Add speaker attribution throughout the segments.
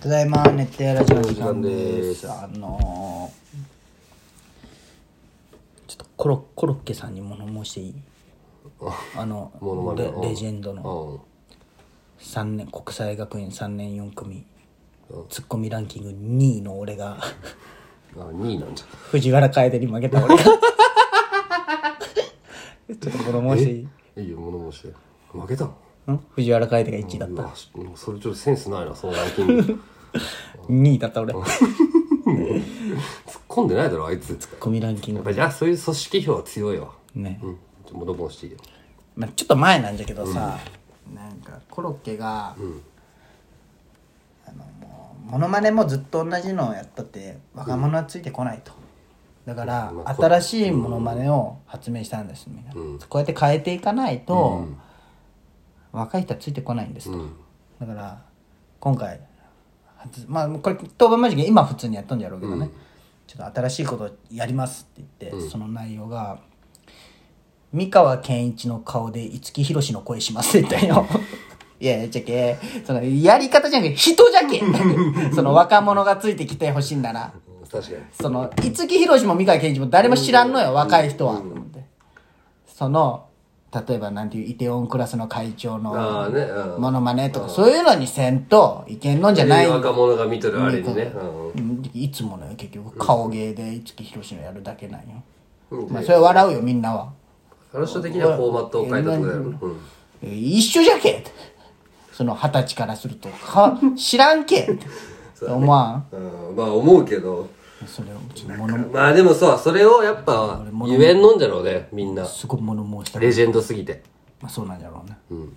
Speaker 1: ただいま熱帯ラジオの時間で
Speaker 2: 時
Speaker 1: すあのーちょっとコロコロッケさんに物申していいあの
Speaker 2: モノマネ
Speaker 1: レ
Speaker 2: うん
Speaker 1: レジェンドの
Speaker 2: う
Speaker 1: 三年国際学院3年4組
Speaker 2: うん
Speaker 1: ツッコミランキング2位の俺が
Speaker 2: ん。あ、2位なんじ
Speaker 1: 藤原楓に負けた俺が ちょっと物申していい
Speaker 2: ゃん。いいよ、物申して。負けたの
Speaker 1: ん藤原楓が1位だっ
Speaker 2: う
Speaker 1: た
Speaker 2: わ、しそれちょっとセンスないな、そのランキング。 突っ
Speaker 1: 2位だった俺ツッ
Speaker 2: 込んでないだろ、あいつ。や
Speaker 1: コミランキン
Speaker 2: っ
Speaker 1: グ
Speaker 2: ぱじゃあ、そういう組織票は強いわ。
Speaker 1: ね、
Speaker 2: うん。ちょ物申していいよ。
Speaker 1: まあ、ちょっと前なんだけどさ、なんかコロッケが、あのもうモノマネもずっと同じのをやったって若者はついてこないと、だから
Speaker 2: まあこ
Speaker 1: 新しいモノマネを発明したんですみんな、こうやって変えていかないと、若い人はついてこないんですと、
Speaker 2: ん
Speaker 1: だから今回初まあこれ当番マジック今普通にやったんだろうけどね、ちょっと新しいことやりますって言って、その内容が三河健一の顔で五木ひろしの声しますみたい な。いやいや、じゃけ、その、やり方じゃなくて、人じゃ けその、若者がついてきてほしいんなら。
Speaker 2: 確かに。
Speaker 1: その、五木ひろしも三河健一も誰も知らんのよ、若い人は。と思ってその、例えば、なんていう、イテオンクラスの会長
Speaker 2: ああ
Speaker 1: の、
Speaker 2: ね、うん。
Speaker 1: モノマネとか、そういうのにせんといけんのんじゃない
Speaker 2: 若者が見とるあれにね。うん
Speaker 1: うんいつものよ、結局、顔芸で五木ひろしのやるだけなんよ。
Speaker 2: うん。
Speaker 1: まあ、それ笑うよ、みんなは。
Speaker 2: あの人的にはフォーマットを変えたとこだよね。うん。
Speaker 1: 一緒じゃけその二十歳からするとか知らんけって思わ
Speaker 2: うんまあ、思うけど。
Speaker 1: んそれをうちの物
Speaker 2: まあ、でもそう、それをやっぱ、ゆえんのんじゃろうね、みんな。
Speaker 1: すごい物申したら、
Speaker 2: レジェンドすぎて。
Speaker 1: まあ、そうなんだろうね、
Speaker 2: ん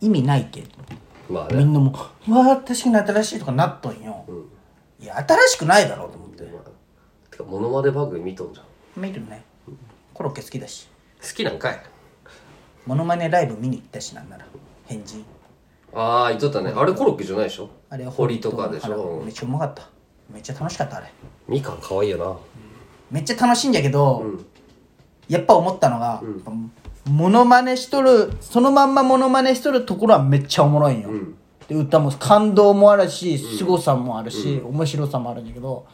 Speaker 1: 意味ないけ
Speaker 2: まあ
Speaker 1: み
Speaker 2: ね。
Speaker 1: んなもうわあ確かに新しいとかなっとんよ、いや新しくないだろうと思って
Speaker 2: まあてか、モノマネ番組見とんじゃん。好
Speaker 1: 見るねコロッケ好きだし
Speaker 2: きなんかい。
Speaker 1: モノマネライブ見に行ったしなんなら変人
Speaker 2: ああ言っとったねあれコロッケじゃないでしょ
Speaker 1: あれは
Speaker 2: 堀とかでしょ
Speaker 1: めっちゃうまかっためっちゃ楽しかったあれ
Speaker 2: みかんかわいいよ
Speaker 1: めっちゃ楽しいんだけど、やっぱ思ったのが、モノマネしとるそのまんまモノマネしとるところはめっちゃおもろいんよ、で歌も感動もあるし凄さもあるし、面白さもあるんだけど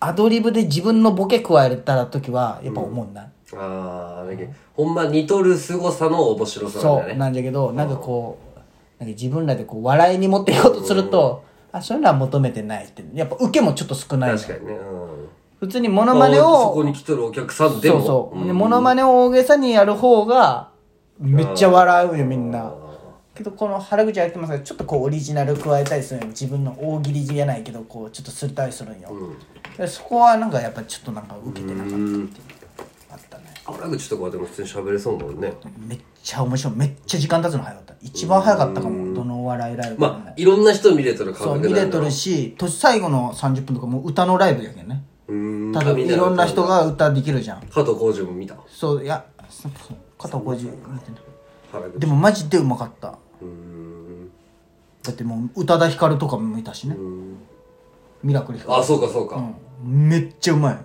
Speaker 1: アドリブで自分のボケ加えたら時はやっぱ思んない、
Speaker 2: なああだけどほんま似とる凄さの面白さなん
Speaker 1: そ
Speaker 2: だ
Speaker 1: う
Speaker 2: ね
Speaker 1: なんだけどなんかこうなんか自分らでこう笑いに持っていこうとすると、あそういうのは求めてないってやっぱ受けもちょっと少ないのよ
Speaker 2: 確かにねうん
Speaker 1: 普通にモノマネ
Speaker 2: あーそ
Speaker 1: を
Speaker 2: こに来とるお客さんで
Speaker 1: そう
Speaker 2: も
Speaker 1: そう。で、モノマネを大げさにやる方が、めっちゃ笑うよ、みんな。けど、この原口あきまさんがちょっとこう、オリジナル加えたりするのよ。自分の大喜利じゃないけど、こう、ちょっとするたりするんよ。でそこはなんか、やっぱちょっとなんか、受けてなかったっていうのがあったね。
Speaker 2: 原口とかはでも普通に喋れそうもんね
Speaker 1: めっちゃ面白い。めっちゃ時間経つの早かった。一番早かったかも、どのお笑いライブでも。
Speaker 2: まあいろんな人見れとる
Speaker 1: そ
Speaker 2: 感
Speaker 1: う
Speaker 2: 覚
Speaker 1: 見
Speaker 2: な
Speaker 1: れ
Speaker 2: んだ
Speaker 1: と
Speaker 2: ろ
Speaker 1: るしと最後の30分とかもう歌のライブやけんね
Speaker 2: うーん
Speaker 1: ただいろんな人が歌できるじゃん
Speaker 2: 加藤浩次も見た
Speaker 1: そういやそうそう肩50みたいな
Speaker 2: 原口
Speaker 1: でもマジでうまかった
Speaker 2: うーん
Speaker 1: だってもう宇多田ヒカルとかもいたしねミラクルヒカル
Speaker 2: あそうかそうか
Speaker 1: うんめっちゃうまい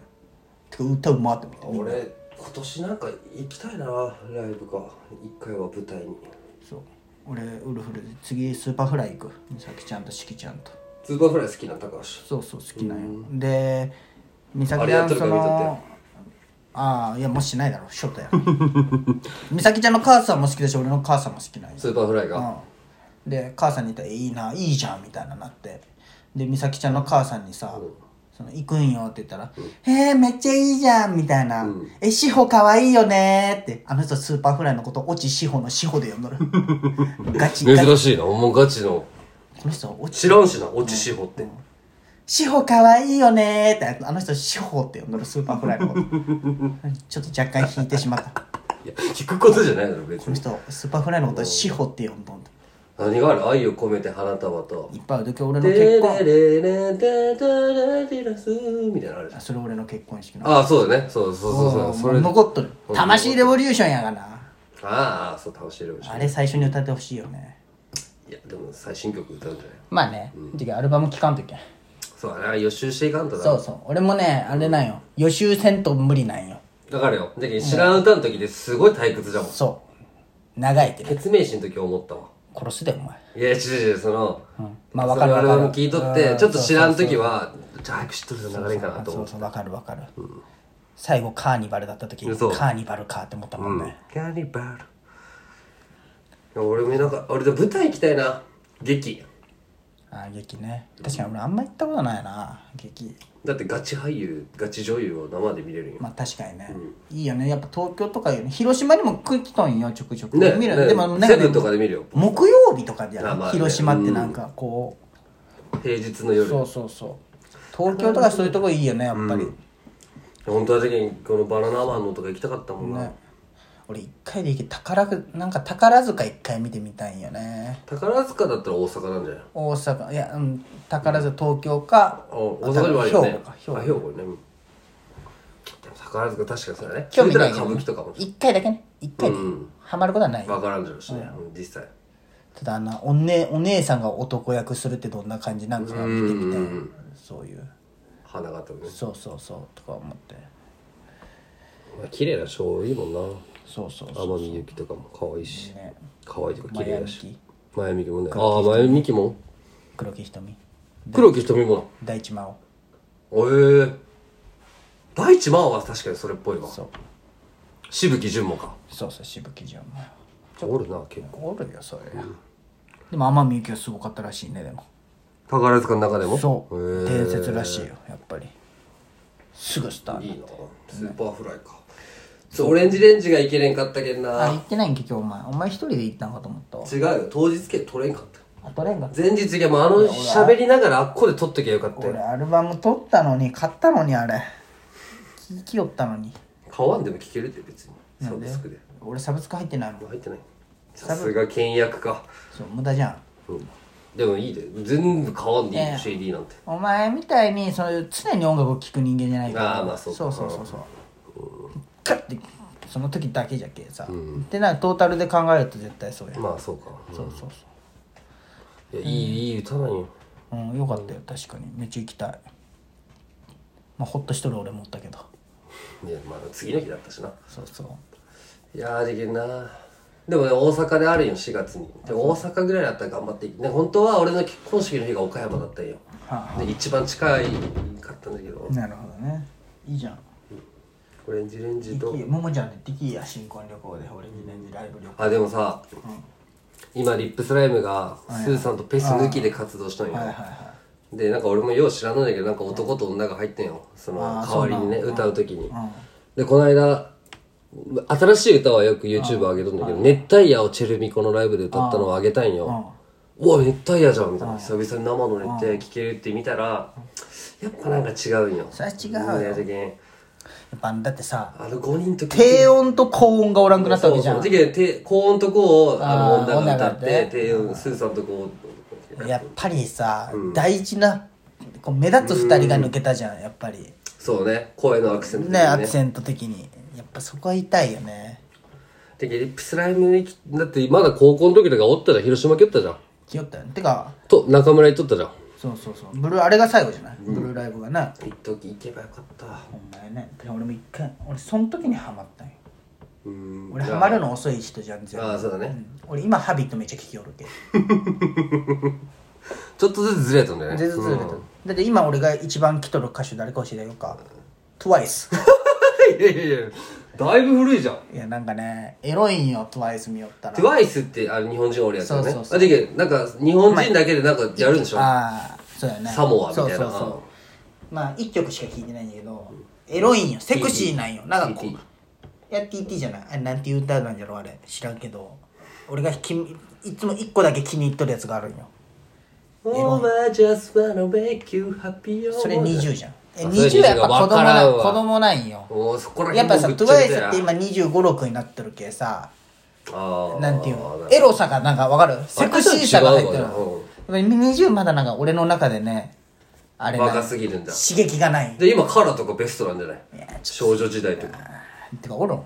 Speaker 1: てか歌うまって思って
Speaker 2: 俺今年なんか行きたいなライブか一回は舞台に
Speaker 1: そう俺ウルフルズ次スーパーフライ行く美咲ちゃんとしきちゃんと
Speaker 2: ツーバーフライ好きな高橋
Speaker 1: そうそう好きなんよで美咲
Speaker 2: あ
Speaker 1: ち
Speaker 2: れ
Speaker 1: ゃ
Speaker 2: や
Speaker 1: ん
Speaker 2: っ
Speaker 1: そ
Speaker 2: とるか見とっ
Speaker 1: のああいやもうしないだろショートや 美咲ちゃんの母さんも好きだし俺の母さんも好きなんよ
Speaker 2: スーパーフライが、
Speaker 1: うん、で母さんに言ったら「いいないいじゃん」みたいななってで美咲ちゃんの母さんにさ「その行くんよ」って言ったら「へえめっちゃいいじゃん」みたいな「え志保かわいいよね」ってあの人スーパーフライのこと落ち志保の志保で呼んど るガチガチ
Speaker 2: 珍しいなもうガチの
Speaker 1: この人落ち
Speaker 2: 知らんしな落ちしほって、
Speaker 1: 志保かわいいよねーってあの人志保って呼んどるスーパーフライ のことちょっと若干引いてしまったこ
Speaker 2: いや聞くことじゃないだろ別
Speaker 1: の
Speaker 2: に
Speaker 1: 人スーパーフライのこと志保って呼んどんだ
Speaker 2: 何がある愛を込めて花束と
Speaker 1: いっぱいあるだけ俺
Speaker 2: 「
Speaker 1: の
Speaker 2: テ
Speaker 1: 結
Speaker 2: レ
Speaker 1: 婚
Speaker 2: レレテテレテラス」みたいなのあるじゃ
Speaker 1: あ
Speaker 2: ん
Speaker 1: それ俺の結婚式の
Speaker 2: ああそうだねそうそうそうそうそ
Speaker 1: もう
Speaker 2: れ
Speaker 1: 残っとる魂レボリューションやがな
Speaker 2: ああそう楽しいでしょ
Speaker 1: あれ最初に歌ってほしいよね
Speaker 2: いやでも最新曲歌うんじゃない
Speaker 1: まあね、次アルバム聴かんといけん
Speaker 2: そうだね予習していかんとな
Speaker 1: そうそう俺もねあれなんよ予習せんと無理なんよ
Speaker 2: だからよだけど知らん歌の時ですごい退屈じゃもん
Speaker 1: そう長いけど
Speaker 2: 説明しの時思ったわ
Speaker 1: 殺すでお前
Speaker 2: いや違う違うその、
Speaker 1: まあわかる
Speaker 2: そ
Speaker 1: わか
Speaker 2: れ
Speaker 1: る
Speaker 2: 我々も聞いとっ
Speaker 1: う
Speaker 2: て
Speaker 1: ん
Speaker 2: ちょっと知らん時はじゃあ早く知っとるじゃなれんかなと
Speaker 1: そ
Speaker 2: 思
Speaker 1: う
Speaker 2: う
Speaker 1: そうわかるわかる、最後カーニバルだった時
Speaker 2: そう
Speaker 1: カーニバルかって思ったもんね、
Speaker 2: キャニバルいや俺もなんか俺と舞台行きたいな劇
Speaker 1: ああ劇ね確かに俺あんま行ったことないな劇
Speaker 2: だってガチ俳優ガチ女優を生で見れるんよ、
Speaker 1: まあ確かにね、いいよねやっぱ東京とかより広島にも来きとんよちょくちょく、見るでもなんかね
Speaker 2: セブンとかで見るよ
Speaker 1: 木曜日とかでやる、
Speaker 2: あまあね
Speaker 1: 広島ってなんかこ
Speaker 2: 平日の
Speaker 1: う、
Speaker 2: 夜
Speaker 1: そうそうそう東京とかそういうとこいいよねやっぱり、
Speaker 2: 本当は時にこのバナナマンのとか行きたかったもんな、
Speaker 1: ね俺一回で行け宝くなんか宝塚一回見てみたいんよね
Speaker 2: 宝塚だったら大阪なんじゃない
Speaker 1: 大阪いやうん宝塚東京か
Speaker 2: あ大阪にもあるよね
Speaker 1: 兵庫か兵庫
Speaker 2: あ兵庫ねうんでも宝塚確かにそうだね
Speaker 1: 興味ない
Speaker 2: 言うたら歌舞伎とかも
Speaker 1: 一回だけね一回で、
Speaker 2: うん
Speaker 1: ハマることはない
Speaker 2: 分からんじゃろうしね、うん実際
Speaker 1: ただあのお,、ね、お姉さんが男役するってどんな感じなんかな見てみたい
Speaker 2: うんうんうん
Speaker 1: そういう
Speaker 2: 花形ね、
Speaker 1: そうそうそうとか思って
Speaker 2: まあ、綺麗なショーいいもんな
Speaker 1: そうそうそう
Speaker 2: 天海祐希とかも可愛いし、
Speaker 1: ね
Speaker 2: 可愛いとか綺麗だし前見きもね
Speaker 1: 黒木
Speaker 2: ああ前見きも
Speaker 1: 黒木瞳
Speaker 2: 黒木瞳もな
Speaker 1: 大地真央
Speaker 2: おえー、大地真央は確かにそれっぽいわ
Speaker 1: そう
Speaker 2: しぶき純もか
Speaker 1: そうそう渋木城も
Speaker 2: おるな結構
Speaker 1: おるよそれ、でも天海祐希はすごかったらしいねでも
Speaker 2: 宝塚の中でも
Speaker 1: そう、
Speaker 2: え
Speaker 1: 伝説らしいよやっぱりすぐスター
Speaker 2: ー、
Speaker 1: に
Speaker 2: いいなスーパーフライかそうオレンジレンジがいけれんかったけん
Speaker 1: あ
Speaker 2: な
Speaker 1: 行ってないんけ今日お前お前一人で行ったんかと思ったわ
Speaker 2: 違うよ当日券取れんかった
Speaker 1: あ取れんか
Speaker 2: 前日券もあの喋りながらあっこで取っときゃよかった
Speaker 1: 俺
Speaker 2: よ
Speaker 1: アルバム取ったのに買ったのにあれ聞きよったのに
Speaker 2: 買わんでも聞けるで別にサ
Speaker 1: なん
Speaker 2: ブ
Speaker 1: で
Speaker 2: スクで
Speaker 1: 俺サブスク入ってないもん
Speaker 2: 入ってないさすが倹約か
Speaker 1: そう無駄じゃん
Speaker 2: うんでもいいで全部買わんでいい
Speaker 1: ね
Speaker 2: よ
Speaker 1: え
Speaker 2: CD なんて
Speaker 1: お前みたいにその常に音楽を聴く人間じゃないから
Speaker 2: あーまあそうか
Speaker 1: そうそうそうそうガッてその時だけじゃけさ、でなんかトータルで考えると絶対そうや、
Speaker 2: まあそうかうん
Speaker 1: そうそう
Speaker 2: いやいいいい歌なんよ
Speaker 1: そううんよかったよ確かにめっちゃ行きたいまあほっとしとる俺もおったけど
Speaker 2: いやまあ次の日だったしな
Speaker 1: そうそう
Speaker 2: いやーできるなでもね大阪であるよ4月にで大阪ぐらいだったら頑張っていいなんか本当は俺の結婚式の日が岡山だったんよ
Speaker 1: は
Speaker 2: で一番近いかったんだけど
Speaker 1: なるほどねいいじゃん
Speaker 2: オレンジレンジ
Speaker 1: 行
Speaker 2: と
Speaker 1: きももちゃんで行きや新婚旅行で俺に年次ライブ旅行
Speaker 2: あでもさ、今リップスライムがスーさんとペス抜きで活動したんよ、
Speaker 1: はいはいは
Speaker 2: でなんか俺もよう知らないんだけどなんか男と女が入ってんよその
Speaker 1: あー
Speaker 2: 代わりにね歌う時に、
Speaker 1: ん
Speaker 2: でこの間新しい歌はよく YouTube 上げとんだけど「熱帯夜」をチェルミコのライブで歌ったのをあげたいんようわ熱帯夜じゃんみたいな久々に生の熱帯夜聴けるって見たらやっぱなんか違うんよ
Speaker 1: そりゃ違うよ
Speaker 2: いやでけん
Speaker 1: やっぱだってさ
Speaker 2: あの5人と
Speaker 1: 低音と高音がおらんくなったわけじゃん
Speaker 2: そうそうでけん低高音とこをあの
Speaker 1: あー
Speaker 2: 女が歌っ
Speaker 1: 女が
Speaker 2: て低音スーさんとこう
Speaker 1: やっぱりさ、大事なこう目立つ2人が抜けたじゃんやっぱり
Speaker 2: そうね声のアクセント
Speaker 1: ね
Speaker 2: 的に
Speaker 1: アクセント的にやっぱそこは痛いよね
Speaker 2: でけんリップスライムに来だってまだ高校の時とかおったじゃん広島蹴ったじゃん
Speaker 1: 気負ったよねてか
Speaker 2: と中村行っとったじゃん
Speaker 1: そうそうそうブルーあれが最後じゃない、ブルーライブがな
Speaker 2: 一時行けばよかった
Speaker 1: ほんまやねてか俺も一回俺その時にハマったんよ
Speaker 2: うん
Speaker 1: 俺ハマるの遅い人じゃん全然
Speaker 2: ああそうだね、
Speaker 1: 俺今ハビットめっちゃ聴きおるけ
Speaker 2: ちょっとずつずれたんだよ ね
Speaker 1: 全然ずれてるだって今俺が一番来とる歌手誰か教えてよか TWICE
Speaker 2: うんいやいやいやだいぶ古いじゃん
Speaker 1: いやなんかねエロいんよ TWICE 見よったら
Speaker 2: TWICE ってあの日本人おるやつだね
Speaker 1: そうそうそう
Speaker 2: あでなんか日本人だけでなんかやるんでしょ、
Speaker 1: ああそうだよね
Speaker 2: サモアみたいな
Speaker 1: そうそうそうまあ1曲しか聴いてないんだけどエロいんよセクシーなんよなんかこう
Speaker 2: TT
Speaker 1: いや TT じゃないあれなんていう歌なんじゃろうあれ知らんけど俺がきいつも1個だけ気に入っとるやつがあるんよ
Speaker 2: Oh, I just wanna make you happy
Speaker 1: それ20じゃんえ
Speaker 2: あそれ
Speaker 1: 20はやっぱ子
Speaker 2: 20
Speaker 1: 供
Speaker 2: わから
Speaker 1: なん
Speaker 2: わ
Speaker 1: 子供なんよ
Speaker 2: おーそこら
Speaker 1: やっぱ
Speaker 2: 辺
Speaker 1: さ
Speaker 2: もぐちゃぐちゃ
Speaker 1: TWICE って今2 5 6になってるけさ
Speaker 2: あー
Speaker 1: なんていうの
Speaker 2: な
Speaker 1: エロさがなんかわかるセクシーさが入ってる
Speaker 2: 私は違うわ
Speaker 1: 20まだなんか俺の中でねあれな
Speaker 2: 若すぎるんだ
Speaker 1: 刺激がない
Speaker 2: で今カラーとかベストなんじゃない
Speaker 1: いやち
Speaker 2: 少女時代とか
Speaker 1: てかおろん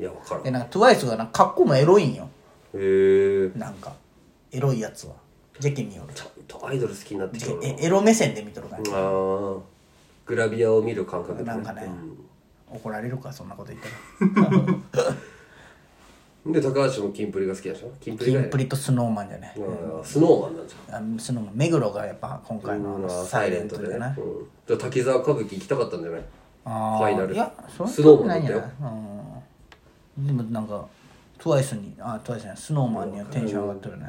Speaker 2: いや分からん
Speaker 1: で
Speaker 2: へ
Speaker 1: なんか TWICE がなんか格好もエロいんよ
Speaker 2: え
Speaker 1: なんかエロいやつはジェケによる
Speaker 2: ちゃんとアイドル好きになってきたな
Speaker 1: えエロ目線で見とる感じ
Speaker 2: あーグラビアを見る感覚で
Speaker 1: なんかね
Speaker 2: うん
Speaker 1: 怒られるかそんなこと言ったら
Speaker 2: で高橋もキンプリが好きでしょキンプリ
Speaker 1: キ
Speaker 2: が
Speaker 1: ンプリとスノーマンじゃね
Speaker 2: うんスノーマンなんじゃん
Speaker 1: あスノーマン目黒がやっぱ今回のあのサイレントじゃない
Speaker 2: うんだから滝沢歌舞伎行きたかったんじゃないフ
Speaker 1: あー
Speaker 2: ァイナル
Speaker 1: いやそん
Speaker 2: ス
Speaker 1: な
Speaker 2: ノ
Speaker 1: こと
Speaker 2: ーマ
Speaker 1: ない
Speaker 2: ン
Speaker 1: ん
Speaker 2: だ
Speaker 1: じ
Speaker 2: っ
Speaker 1: ゃ
Speaker 2: た
Speaker 1: ない
Speaker 2: よ
Speaker 1: うんでもなんか TWICE にあ TWICE じゃないスノーマンにはテンション上がってるね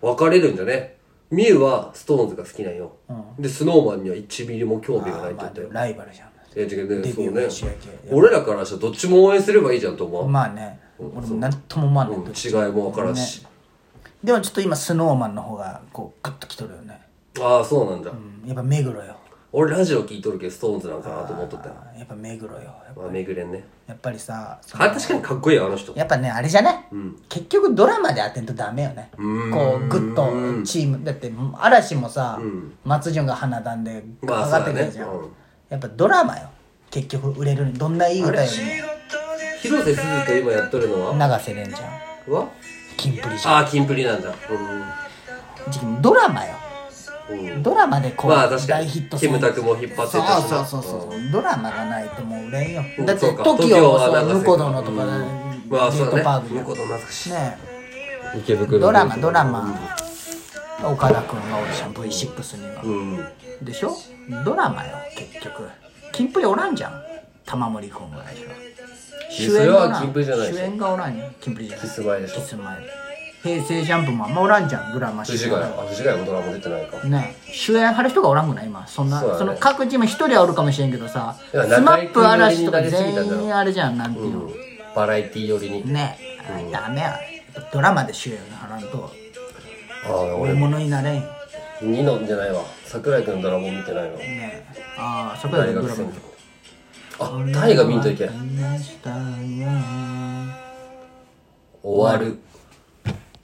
Speaker 2: 分かれるんじゃねミュウはストーンズが好きなんよ、でスノーマンには1ミリも興味がないって
Speaker 1: ま
Speaker 2: 言
Speaker 1: あ
Speaker 2: った
Speaker 1: で
Speaker 2: よ
Speaker 1: もライバルじゃん
Speaker 2: いや違うね
Speaker 1: デ
Speaker 2: そ
Speaker 1: ビュ
Speaker 2: う
Speaker 1: ー
Speaker 2: ね
Speaker 1: の仕上げ
Speaker 2: 俺らからしたらどっちも応援すればいいじゃんと思う、
Speaker 1: まあね俺も何とも思わない
Speaker 2: うん違いも分からんし、
Speaker 1: でもちょっと今スノーマンの方がこうグッときとるよね、
Speaker 2: ああそうなんだ、
Speaker 1: うん、やっぱ目黒よ
Speaker 2: 俺ラジオ聞いとるけどストーンズなんかなと思っとったよ
Speaker 1: やっぱ目黒よやっぱ
Speaker 2: まあめぐれんね
Speaker 1: やっぱりさその
Speaker 2: あ確かにかっこいいよあの人
Speaker 1: やっぱねあれじゃない、結局ドラマで当てんとダメよね
Speaker 2: ーん
Speaker 1: こうグッとチームだって嵐もさ、松潤が花壇で上
Speaker 2: まあ
Speaker 1: がってくるじゃん、
Speaker 2: そうだねうん
Speaker 1: やっぱドラマよ結局売れるどんないい歌よ
Speaker 2: 広瀬すずと今やっとるの
Speaker 1: りも
Speaker 2: は
Speaker 1: 永瀬廉ちゃん
Speaker 2: は
Speaker 1: キンプリじゃん
Speaker 2: ああキンプリなんだう
Speaker 1: ドラマよ
Speaker 2: ん、うん、
Speaker 1: ドラマでこう、
Speaker 2: まあ確かに
Speaker 1: 大ヒット
Speaker 2: キムタクも引っ張って
Speaker 1: そう
Speaker 2: たしな
Speaker 1: そうそうそう、ドラマがないともう売れんよ、
Speaker 2: うん
Speaker 1: だって
Speaker 2: そうか
Speaker 1: TOKIO も
Speaker 2: は
Speaker 1: そう
Speaker 2: なんか
Speaker 1: 婿殿とか
Speaker 2: う
Speaker 1: ね
Speaker 2: んまあ
Speaker 1: ゲ
Speaker 2: そ
Speaker 1: ー
Speaker 2: う
Speaker 1: トパ
Speaker 2: だ
Speaker 1: ー
Speaker 2: ね
Speaker 1: ク
Speaker 2: 婿殿懐かしい
Speaker 1: ね
Speaker 2: 池袋
Speaker 1: ドラマドラマ岡田君がおるじゃん V6 には、
Speaker 2: うん
Speaker 1: でしょドラマよ結局キンプリおらんじゃん玉森君がでしょ
Speaker 2: それ
Speaker 1: がお
Speaker 2: は
Speaker 1: らん
Speaker 2: キンプリじゃないでし
Speaker 1: 主
Speaker 2: ょ
Speaker 1: 演がおらんよキンプリじゃない
Speaker 2: キスマイでしょ
Speaker 1: キスマイ平成ジャンプもあんまおらんじゃんドラマ主
Speaker 2: 藤ヶ谷あ藤ヶ谷もドラマ出てないか
Speaker 1: ね主演張る人がおらんもんな今そんな
Speaker 2: そう
Speaker 1: そ,、
Speaker 2: だね
Speaker 1: の各チーム一人はおるかもしれんけどさ
Speaker 2: いや
Speaker 1: スマップ
Speaker 2: 中居
Speaker 1: 嵐
Speaker 2: 君に
Speaker 1: と
Speaker 2: な
Speaker 1: か
Speaker 2: りすぎたんだろ
Speaker 1: 全員あれじゃんなんていうの、
Speaker 2: バラエティ寄りに
Speaker 1: ねあれダメやドラマで主演張らんと
Speaker 2: ああ
Speaker 1: 大
Speaker 2: 俺
Speaker 1: 物になれんよ
Speaker 2: ニノじゃないわ桜井君のドラマ見てないわ
Speaker 1: ねああそこで
Speaker 2: 大
Speaker 1: ド
Speaker 2: 学
Speaker 1: ラ
Speaker 2: 生の
Speaker 1: マ
Speaker 2: 時あ大河見んといけん
Speaker 1: 終
Speaker 2: 終わる